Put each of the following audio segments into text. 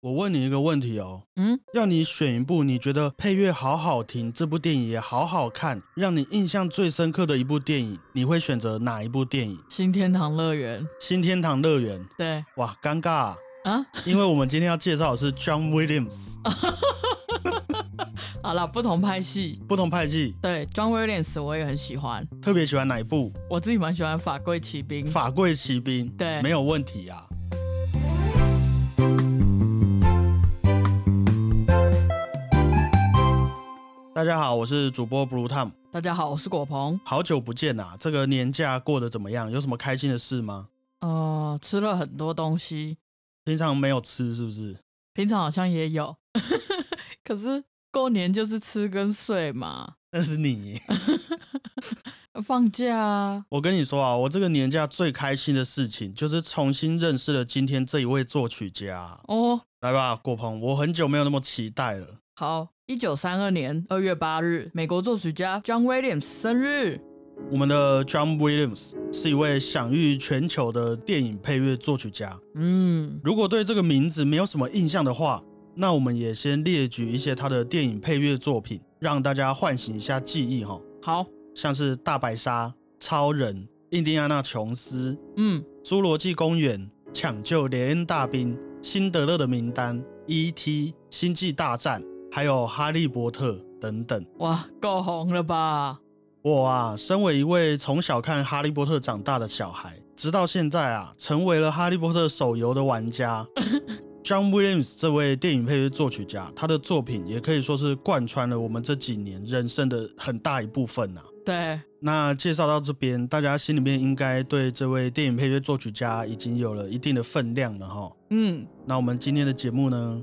我问你一个问题哦，嗯，要你选一部你觉得配乐好好听，这部电影也好好看，让你印象最深刻的一部电影，你会选择哪一部电影？《新天堂乐园》新天堂乐园》对哇，尴尬、啊，啊，因为我们今天要介绍的是 John Williams，好了，不同派系。不同派系，对，John Williams 我也很喜欢，特别喜欢哪一部？我自己蛮喜欢《法柜奇兵》。法贵骑兵，对没有问题啊。大家好，我是主播 Blue Tom，大家好，我是果鹏。好久不见啊！这个年假过得怎么样？有什么开心的事吗？呃，吃了很多东西，平常没有吃是不是？ 平常好像也有， 可是过年就是吃跟睡嘛，那是你。 放假啊，我跟你说啊，我这个年假最开心的事情就是重新认识了今天这一位作曲家。哦，来吧，果鹏，我很久没有那么期待了。好，一九三二年二月八日，美国作曲家 John Williams 生日。我们的 John Williams 是一位享誉全球的电影配乐作曲家。嗯，如果对这个名字没有什么印象的话，那我们也先列举一些他的电影配乐作品，让大家唤醒一下记忆哈，好，像是《大白鲨》《超人》《印第安纳琼斯》嗯， 《侏罗纪公园》《抢救雷恩大兵》《辛德勒的名单》《E.T.》《星际大战》，还有《哈利波特》等等。哇，够红了吧？我啊，身为一位从小看《哈利波特》长大的小孩，直到现在啊，成为了《哈利波特》手游的玩家。John Williams 这位电影配乐作曲家，他的作品也可以说是贯穿了我们这几年人生的很大一部分啊。对，那介绍到这边，大家心里面应该对这位电影配乐作曲家已经有了一定的分量了哈。嗯，那我们今天的节目呢，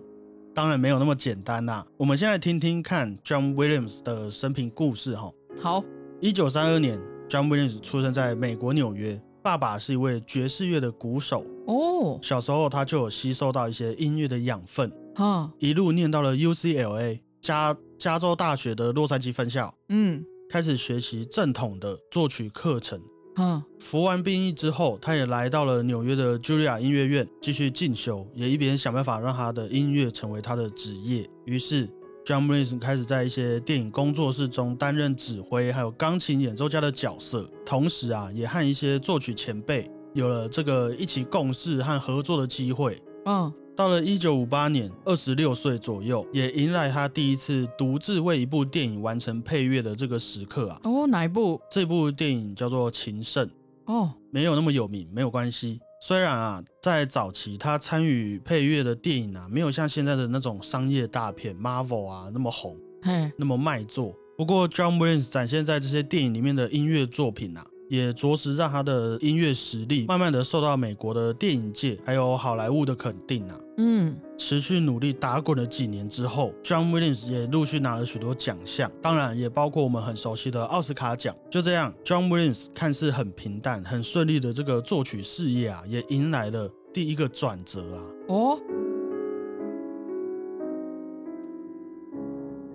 当然没有那么简单啦、我们先来听听看 John Williams 的生平故事哈。好，一九三二年，John Williams 出生在美国纽约，爸爸是一位爵士乐的鼓手。哦，小时候他就有吸收到一些音乐的养分，哈，一路念到了 UCLA 加加州大学的洛杉矶分校，嗯，开始学习正统的作曲课程。哈，服完兵役之后，他也来到了纽约的茱莉亚音乐院继续进修，也一边想办法让他的音乐成为他的职业。于是，John Williams 开始在一些电影工作室中担任指挥，还有钢琴演奏家的角色，同时啊，也和一些作曲前辈有了这个一起共事和合作的机会。嗯，到了一九五八年，二十六岁左右，也迎来他第一次独自为一部电影完成配乐的这个时刻啊。哦，哪一部？这部电影叫做《情圣》。哦，没有那么有名，没有关系。虽然啊，在早期他参与配乐的电影啊，没有像现在的那种商业大片 Marvel 啊那么红，嘿，那么卖座。不过 John Williams 展现在这些电影里面的音乐作品啊，也着实让他的音乐实力慢慢的受到美国的电影界还有好莱坞的肯定啊。嗯，持续努力打滚了几年之后，John Williams 也陆续拿了许多奖项，当然也包括我们很熟悉的奥斯卡奖。就这样，John Williams 看似很平淡、很顺利的这个作曲事业啊，也迎来了第一个转折啊。哦，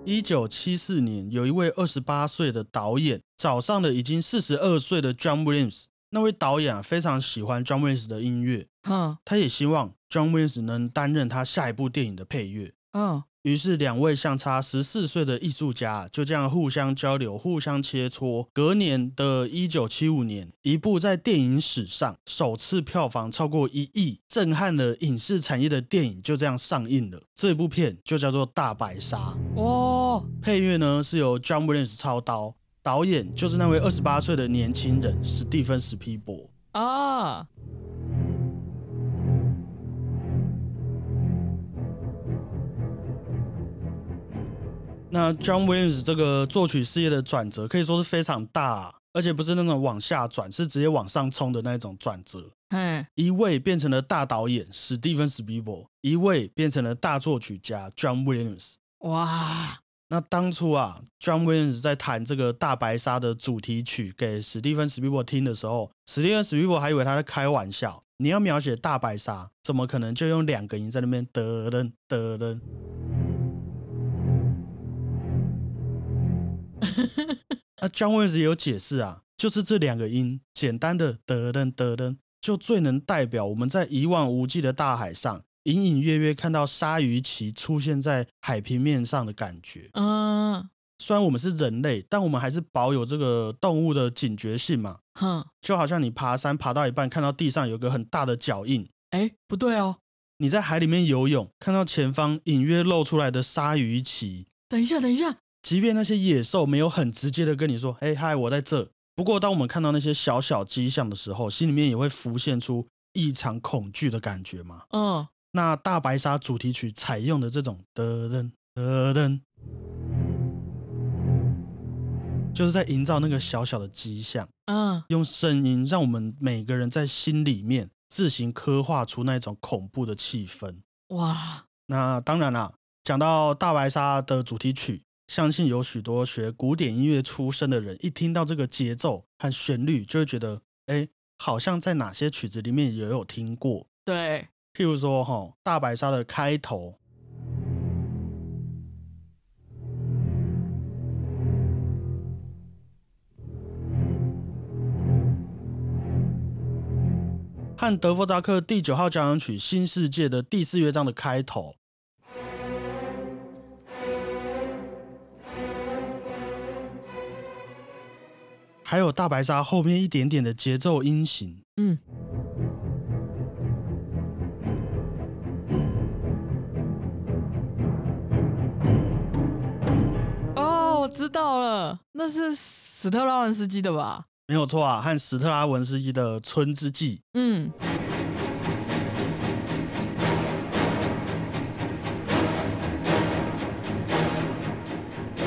一九七四年，有一位二十八岁的导演找上了已经四十二岁的 John Williams。那位导演啊，非常喜欢 John Williams 的音乐，哼，他也希望 John Williams 能担任他下一部电影的配乐。嗯，于是，两位相差十四岁的艺术家就这样互相交流、互相切磋。隔年的一九七五年，一部在电影史上首次票房超过一亿、震撼了影视产业的电影就这样上映了。这部片就叫做《大白鲨》，哦，配乐呢是由 John Williams 操刀，导演就是那位二十八岁的年轻人史蒂芬·史皮伯。啊，那 John Williams 这个作曲事业的转折可以说是非常大、啊而且不是那种往下转，是直接往上冲的那种转折。嘿，一位变成了大导演史蒂芬·史皮伯，一位变成了大作曲家 John Williams。哇，那当初啊，John Williams 在弹这个《大白鲨》的主题曲给史蒂芬·史皮伯听的时候，史蒂芬·史皮伯还以为他在开玩笑。你要描写大白鲨，怎么可能就用两个音在那边得噔得噔？ 那 John Williams 也有解释啊，就是这两个音，简单的得噔得噔，就最能代表我们在一望无际的大海上隐隐约约看到鲨鱼鳍出现在海平面上的感觉。嗯虽然我们是人类，但我们还是保有这个动物的警觉性嘛。哼，就好像你爬山爬到一半，看到地上有个很大的脚印，哎、不对哦，你在海里面游泳，看到前方隐约露出来的鲨鱼鳍，等一下，等一下，即便那些野兽没有很直接的跟你说“嘿嗨，我在这”，不过当我们看到那些小小迹象的时候，心里面也会浮现出异常恐惧的感觉嘛。嗯，那大白鲨主题曲采用的这种噔噔噔噔，就是在营造那个小小的迹象，嗯，用声音让我们每个人在心里面自行刻画出那种恐怖的气氛。哇，那当然啦，讲到大白鲨的主题曲，相信有许多学古典音乐出身的人，一听到这个节奏和旋律，就会觉得，哎，好像在哪些曲子里面也有听过。对，譬如说，哈，大白鲨的开头，和德弗扎克第九号交响曲《新世界》的第四乐章的开头，还有大白鲨后面一点点的节奏音型，嗯，哦，我知道了，那是史特拉文斯基的吧？没有错啊，和史特拉文斯基的《春之祭》。嗯，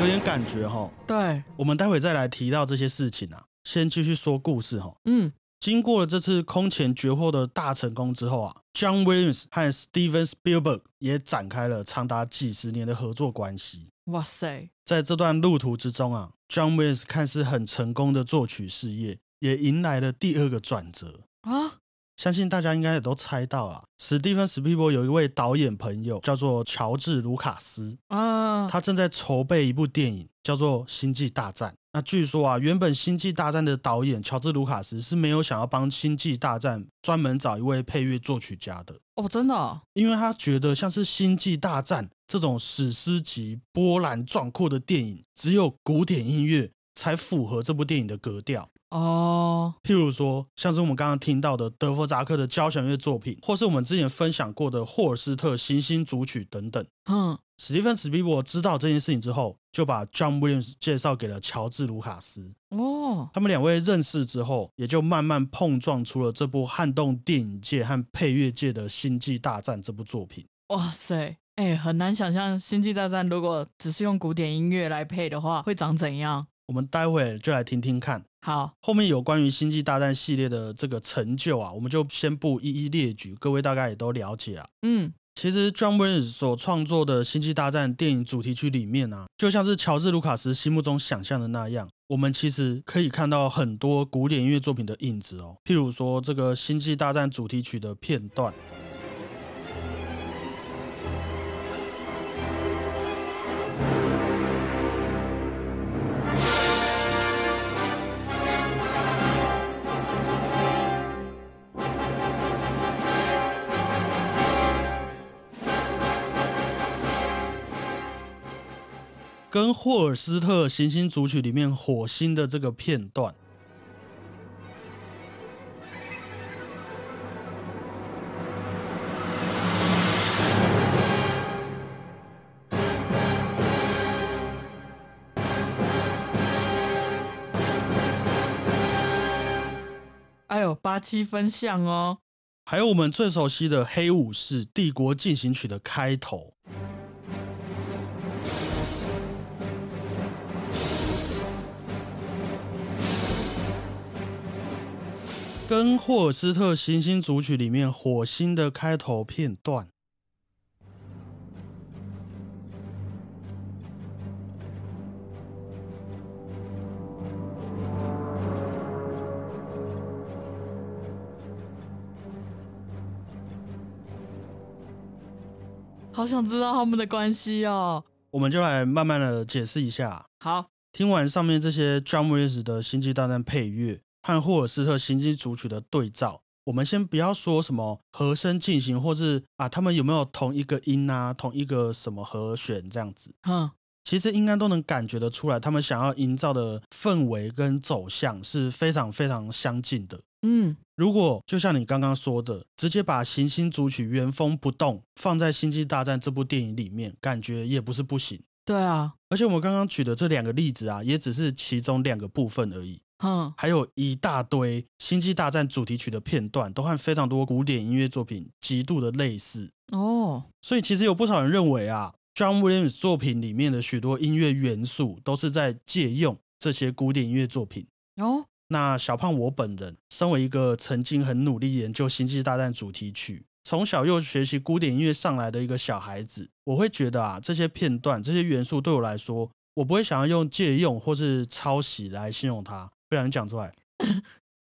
有点感觉哈。对，我们待会再来提到这些事情啊，先继续说故事哈。嗯，经过了这次空前绝后的大成功之后啊，John Williams 和 Steven Spielberg 也展开了长达几十年的合作关系。哇塞，在这段路途之中啊，John Williams 看似很成功的作曲事业，也迎来了第二个转折。啊，相信大家应该也都猜到啊，史蒂芬·史皮伯有一位导演朋友叫做乔治·卢卡斯，啊，他正在筹备一部电影，叫做《星际大战》。那据说啊，原本《星际大战》的导演乔治·卢卡斯是没有想要帮《星际大战》专门找一位配乐作曲家的，哦，真的哦、因为他觉得像是《星际大战》这种史诗级、波澜壮阔的电影，只有古典音乐才符合这部电影的格调。哦，譬如说，像是我们刚刚听到的德弗扎克的交响乐作品，或是我们之前分享过的霍尔斯特行星组曲等等。嗯，史蒂芬·史皮伯知道这件事情之后，就把 John Williams 介绍给了乔治·卢卡斯。哦，他们两位认识之后，也就慢慢碰撞出了这部撼动电影界和配乐界的《星际大战》这部作品。哇塞，哎、很难想象《星际大战》如果只是用古典音乐来配的话，会长怎样？我们待会就来听听看，好，后面有关于《星际大战》系列的这个成就啊，我们就先不一一列举，各位大概也都了解啊。嗯，其实 John Williams 所创作的《星际大战》电影主题曲里面啊，就像是乔治·卢卡斯心目中想象的那样，我们其实可以看到很多古典音乐作品的影子哦。譬如说这个《星际大战》主题曲的片段，跟霍尔斯特《行星组曲》里面火星的这个片段，哎呦，八七分像哦，还有我们最熟悉的《黑武士：帝国进行曲》的开头，跟霍尔斯特《行星组曲》里面火星的开头片段。好想知道他们的关系哦。我们就来慢慢的解释一下。好，听完上面这些 John Williams 的《星际大战》配乐和霍尔斯特《行星组曲》的对照，我们先不要说什么和声进行，或是啊他们有没有同一个音啊，同一个什么和弦这样子，嗯，其实应该都能感觉得出来，他们想要营造的氛围跟走向是非常非常相近的。嗯，如果就像你刚刚说的，直接把行星组曲原封不动放在《星际大战》这部电影里面，感觉也不是不行。对啊，而且我们刚刚举的这两个例子啊，也只是其中两个部分而已，嗯，还有一大堆《星际大战》主题曲的片段，都和非常多古典音乐作品极度的类似。哦，所以其实有不少人认为啊，John Williams 作品里面的许多音乐元素都是在借用这些古典音乐作品。哦，那小胖我本人，身为一个曾经很努力研究《星际大战》主题曲，从小又学习古典音乐上来的一个小孩子，我会觉得啊，这些片段、这些元素对我来说，我不会想要用借用或是抄袭来形容它，不小心讲出来。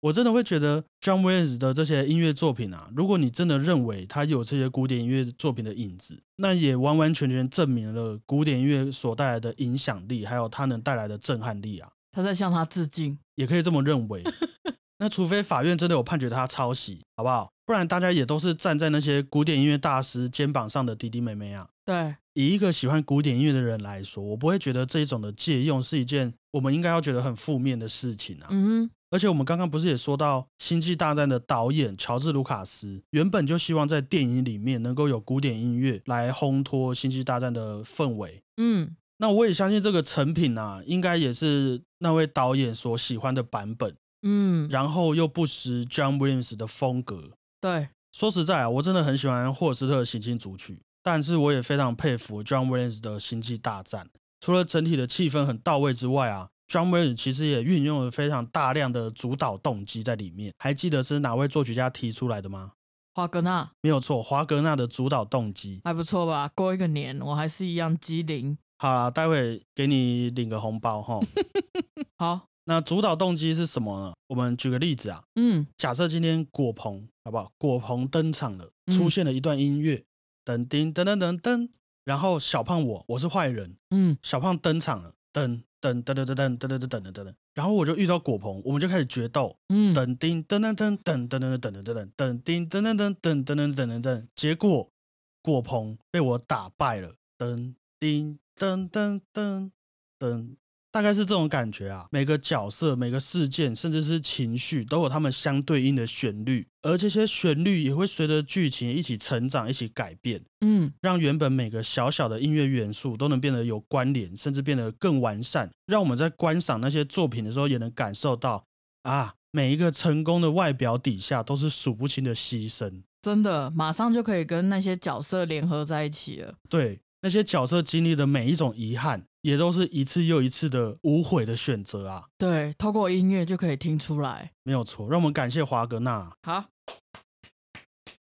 我真的会觉得 John Williams 的这些音乐作品啊，如果你真的认为它有这些古典音乐作品的影子，那也完完全全证明了古典音乐所带来的影响力，还有它能带来的震撼力啊。他在向他致敬。也可以这么认为。 那除非法院真的有判决他抄袭，好不好？不然大家也都是站在那些古典音乐大师肩膀上的弟弟妹妹啊。对，以一个喜欢古典音乐的人来说，我不会觉得这一种的借用是一件我们应该要觉得很负面的事情啊。嗯哼，而且我们刚刚不是也说到，《星际大战》的导演乔治·卢卡斯原本就希望在电影里面能够有古典音乐来烘托《星际大战》的氛围，嗯，那我也相信这个成品啊，应该也是那位导演所喜欢的版本，嗯，然后又不失 John Williams 的风格。对，说实在啊，我真的很喜欢霍尔斯特的行星组曲，但是我也非常佩服 John Williams 的星际大战。除了整体的气氛很到位之外啊，John Williams 其实也运用了非常大量的主导动机在里面。还记得是哪位作曲家提出来的吗？华格纳没有错，华格纳的主导动机。还不错吧？过一个年，我还是一样机灵。好啦，待会给你领个红包哈。好，那主导动机是什么呢？我们举个例子啊，嗯，假设今天果鹏好不好？果鹏登场了，嗯出现了一段音乐，噔叮噔噔噔噔，然后小胖我我是坏人，嗯，小胖登场了，噔噔噔噔噔噔噔噔噔噔噔噔，然后我就遇到果鹏，我们就开始决斗，嗯，噔叮噔噔噔噔噔噔噔噔噔噔噔噔叮噔噔噔噔噔噔噔噔噔，结果果鹏被我打败了，噔叮噔噔噔噔，大概是这种感觉啊。每个角色、每个事件，甚至是情绪，都有他们相对应的旋律，而这些旋律也会随着剧情一起成长、一起改变，嗯，让原本每个小小的音乐元素都能变得有关联，甚至变得更完善，让我们在观赏那些作品的时候也能感受到啊，每一个成功的外表底下都是数不清的牺牲。真的，马上就可以跟那些角色联合在一起了。对那些角色经历的每一种遗憾，也都是一次又一次的无悔的选择啊，对，透过音乐就可以听出来。没有错。让我们感谢华格纳。好，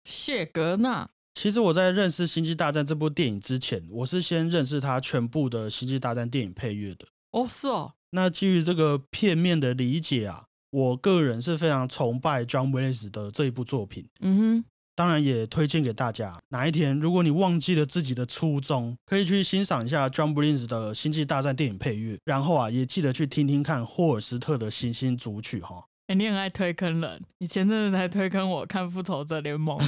谢格纳，其实我在认识《星际大战》这部电影之前，我是先认识他全部的《星际大战》电影配乐的。哦，是哦，那基于这个片面的理解啊，我个人是非常崇拜 John Williams 的这一部作品，嗯哼，当然也推荐给大家。哪一天如果你忘记了自己的初衷，可以去欣赏一下 John Williams 的《星际大战》电影配乐，然后啊，也记得去听听看霍尔斯特的《行星组曲》哈。哎、你很爱推坑人，你前阵子才推坑我看《复仇者联盟》，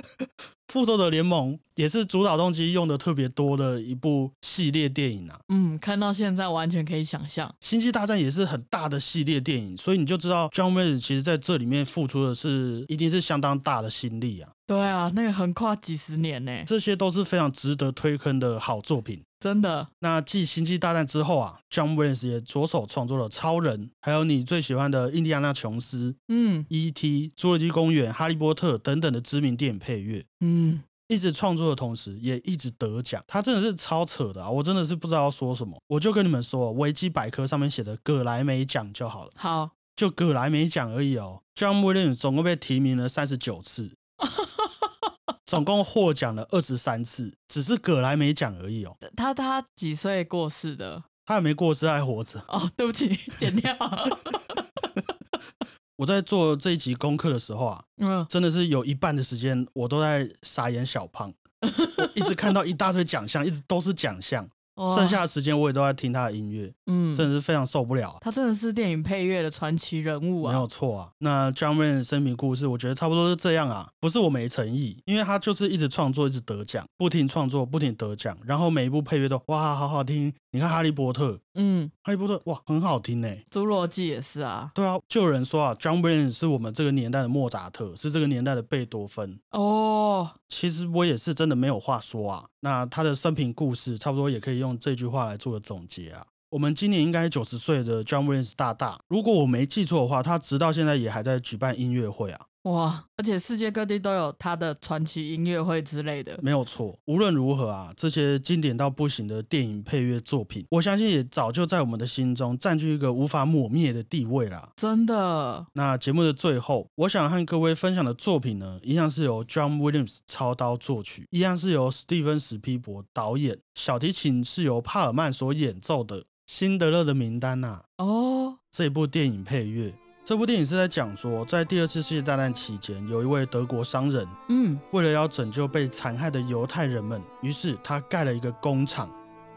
复仇者联盟也是主导动机用的特别多的一部系列电影啊，嗯，看到现在完全可以想象， 《星际大战》也是很大的系列电影，所以你就知道 John Williams 其实在这里面付出的是一定是相当大的心力啊。对啊，那个横跨几十年呢、这些都是非常值得推坑的好作品。真的，那继《星际大战》之后啊，John Williams 也着手创作了《超人》，还有你最喜欢的《印第安纳琼斯》、嗯 E.T.、《侏罗纪公园》、《哈利波特》等等的知名电影配乐。嗯，一直创作的同时，也一直得奖，他真的是超扯的啊！我真的是不知道要说什么，我就跟你们说，维基百科上面写的葛莱美奖就好了，好，就葛莱美奖而已哦。John Williams 总共被提名了三十九 次，总共获奖了二十三次，只是葛莱美奖而已哦。他他几岁过世的？他还没过世，还活着。哦，对不起，剪掉，我在做这一集功课的时候啊，嗯，真的是有一半的时间 我都在傻眼小胖，我一直看到一大堆奖项，一直都是奖项。哇剩下的时间我也都在听他的音乐，嗯，真的是非常受不了啊、他真的是电影配乐的传奇人物没啊有。错啊。那 John Wayne 的生平故事，我觉得差不多是这样啊，不是我没诚意，因为他就是一直创作，一直得奖，不停创作，不停得奖，然后每一部配乐都哇好好听。你看《哈利波特》，《嗯，哈利波特》哇很好听呢、侏罗纪也是啊。对啊，就有人说啊，John Wayne 是我们这个年代的莫扎特，是这个年代的贝多芬。哦，其实我也是真的没有话说啊。那他的生平故事，差不多也可以用这句话来做个总结啊。我们今年应该九十岁的 John Williams 大大，如果我没记错的话，他直到现在也还在举办音乐会啊，哇！而且世界各地都有他的传奇音乐会之类的。没有错。无论如何啊，这些经典到不行的电影配乐作品，我相信也早就在我们的心中占据一个无法抹灭的地位啦。真的，那节目的最后，我想和各位分享的作品呢，一样是由 John Williams 操刀作曲，一样是由史蒂芬史皮伯导演，小提琴是由帕尔曼所演奏的《辛德勒的名单》呐、哦，这部电影配乐。这部电影是在讲说，在第二次世界大战期间，有一位德国商人，嗯，为了要拯救被残害的犹太人们，于是他盖了一个工厂，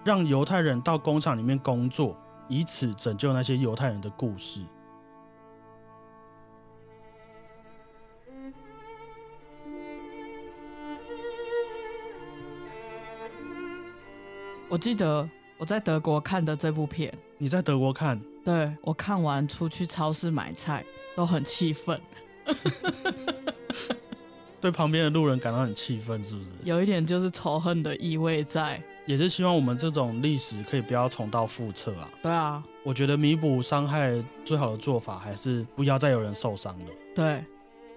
让犹太人到工厂里面工作，以此拯救那些犹太人的故事。我记得我在德国看的这部片，你在德国看，对我看完出去超市买菜都很气愤，对旁边的路人感到很气愤，是不是？有一点就是仇恨的意味在。也是希望我们这种历史可以不要重蹈覆辙啊。对啊，我觉得弥补伤害最好的做法还是不要再有人受伤了。对，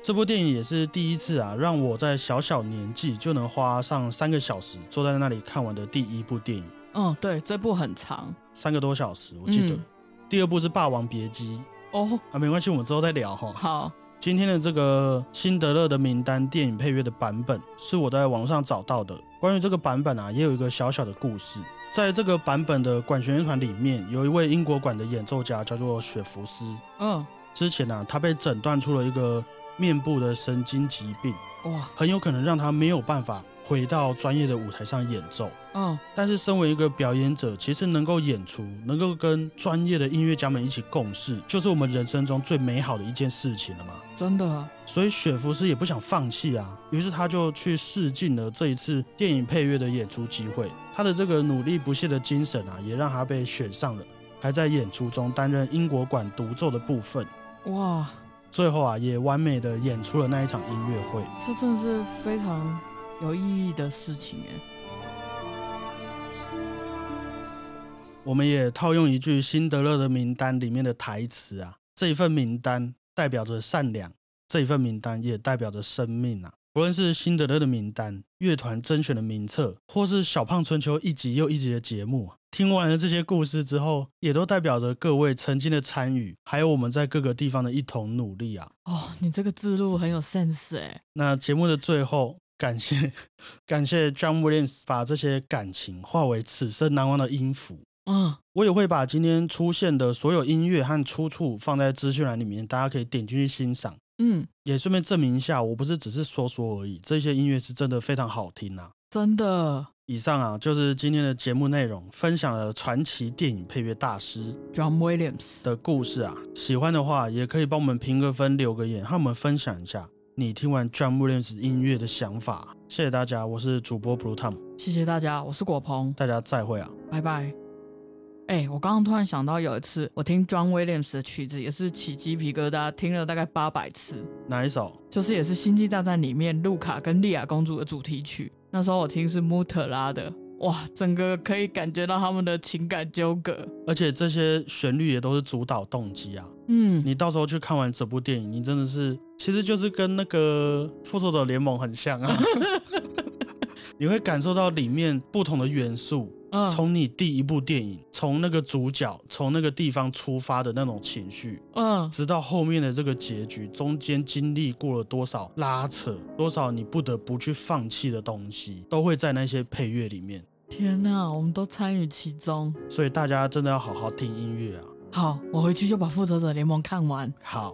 这部电影也是第一次啊，让我在小小年纪就能花上三个小时坐在那里看完的第一部电影，嗯，对，这部很长。三个多小时我记得。嗯第二部是《霸王别姬》哦，啊，没关系，我们之后再聊哈。好，今天的这个辛德勒的名单电影配乐的版本是我在网上找到的。关于这个版本啊，也有一个小小的故事。在这个版本的管弦乐团里面，有一位英国管的演奏家叫做雪弗斯。嗯，之前啊，他被诊断出了一个面部的神经疾病，哇，很有可能让他没有办法回到专业的舞台上演奏。嗯，但是，身为一个表演者，其实能够演出，能够跟专业的音乐家们一起共事，就是我们人生中最美好的一件事情了嘛。真的，所以雪芙斯也不想放弃啊，于是他就去试镜了这一次电影配乐的演出机会。他的这个努力不懈的精神啊，也让他被选上了，还在演出中担任英国管独奏的部分。哇，最后啊，也完美的演出了那一场音乐会。这真的是非常有意义的事情哎。我们也套用一句《辛德勒的名单》里面的台词啊：“这一份名单代表着善良，这一份名单也代表着生命啊。”不论是辛德勒的名单、乐团甄选的名册，或是小胖春秋一集又一集的节目啊，听完了这些故事之后，也都代表着各位曾经的参与，还有我们在各个地方的一同努力啊。哦，你这个字录很有 sense 哎。那节目的最后，感谢 感谢 John Williams 把这些感情化为此生难忘的音符。嗯，我也会把今天出现的所有音乐和出处放在资讯栏里面，大家可以点进去欣赏，嗯，也顺便证明一下，我不是只是说说而已，这些音乐是真的非常好听啊。真的以上啊，就是今天的节目内容，分享了传奇电影配乐大师，John Williams，的故事啊。喜欢的话，也可以帮我们评个分、留个言，和我们分享一下你听完 John Williams 音乐的想法。谢谢大家，我是主播 Blue Tom，谢谢大家，我是果鹏，大家再会啊。拜拜。哎、我刚刚突然想到，有一次我听 John Williams 的曲子，也是起鸡皮疙瘩，听了大概八百次，哪一首？就是也是《星际大战》里面路卡跟莉亚公主的主题曲。那时候我听是穆特拉的，哇，整个可以感觉到他们的情感纠葛。而且这些旋律也都是主导动机啊。嗯，你到时候去看完整部电影，你真的是，其实就是跟那个《复仇者联盟》很像 啊。你会感受到里面不同的元素，嗯从你第一部电影，从那个主角，从那个地方出发的那种情绪，嗯，直到后面的这个结局，中间经历过了多少拉扯，多少你不得不去放弃的东西，都会在那些配乐里面。天哪，我们都参与其中。所以大家真的要好好听音乐啊！好，我回去就把《复仇者联盟》看完。好，